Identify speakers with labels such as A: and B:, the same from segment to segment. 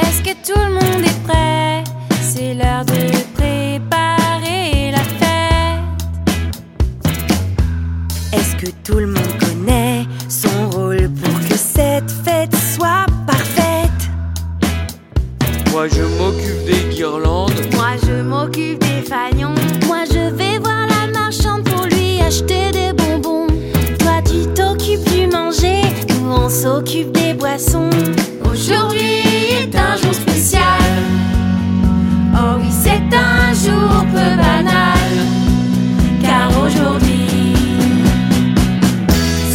A: Est-ce que tout le monde est prêt C'est l'heure de préparer la fête.
B: Est-ce que tout le monde connaît son rôle pour que cette fête soit parfaite
C: Moi je m'occupe des guirlandes.
A: Moi je m'occupe des fanions. Moi je vais voir la marchande pour lui acheter des bonbons. Toi tu t'occupes du manger, nous on s'occupe des boissons. Aujourd'hui est un jour spécial. Oh oui, c'est un jour peu banal. Car aujourd'hui,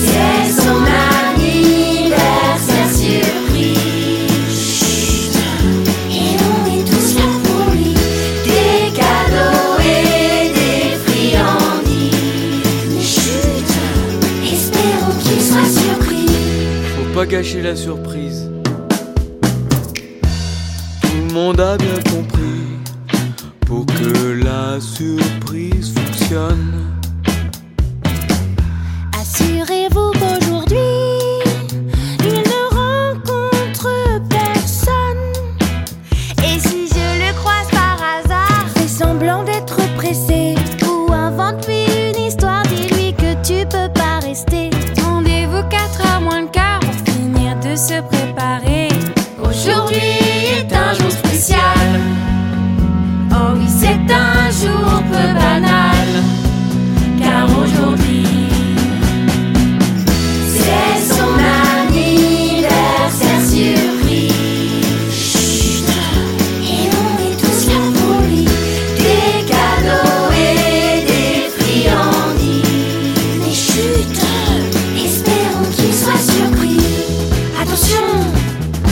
A: c'est son anniversaire surprise. Et on est tous là pour lui Des cadeaux et des friandises Mais chut, espérons qu'il soit surpris
C: Faut pas gâcher la surprise. Tout le monde a bien compris. Pour que la surprise fonctionne,
A: Assurez-vous qu'aujourd'hui, il ne rencontre personne. Et si je le croise par hasard, fais semblant d'être pressé. Ou invente-lui une histoire, dis-lui que tu peux pas rester. Rendez-vous 4 heures moins le quart pour finir de se préparer. Aujourd'hui est un jour spécial. Oh oui, c'est un jour peu banal. Car aujourd'hui, c'est son anniversaire surprise. Et on est tous là pour lui. Des cadeaux et des friandises. Mais chut, espérons qu'il soit surpris. Attention,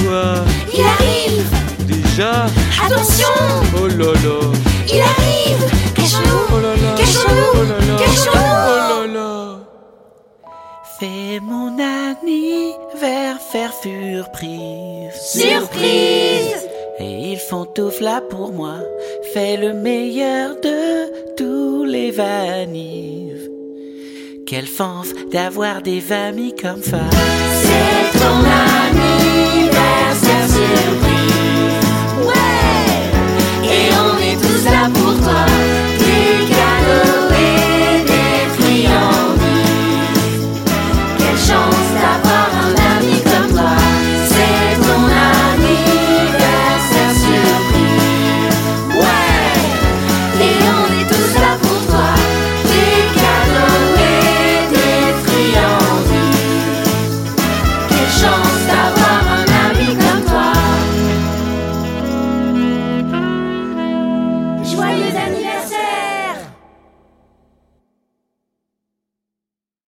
C: quoi
A: il arrive.
C: Déjà
A: Attention,
C: Oh là là
A: il arrive. Cachons-nous.
C: Oh là là
A: Cachons-nous.
C: Oh là là
A: Cachons-nous.
C: Oh là là
D: Fais mon anniversaire faire surprise.
A: Surprise.
D: Et ils font tout là pour moi. Fais le meilleur de tous les vanives. Quelle fanf d'avoir des vamis comme ça.
A: C'est ton anniversaire.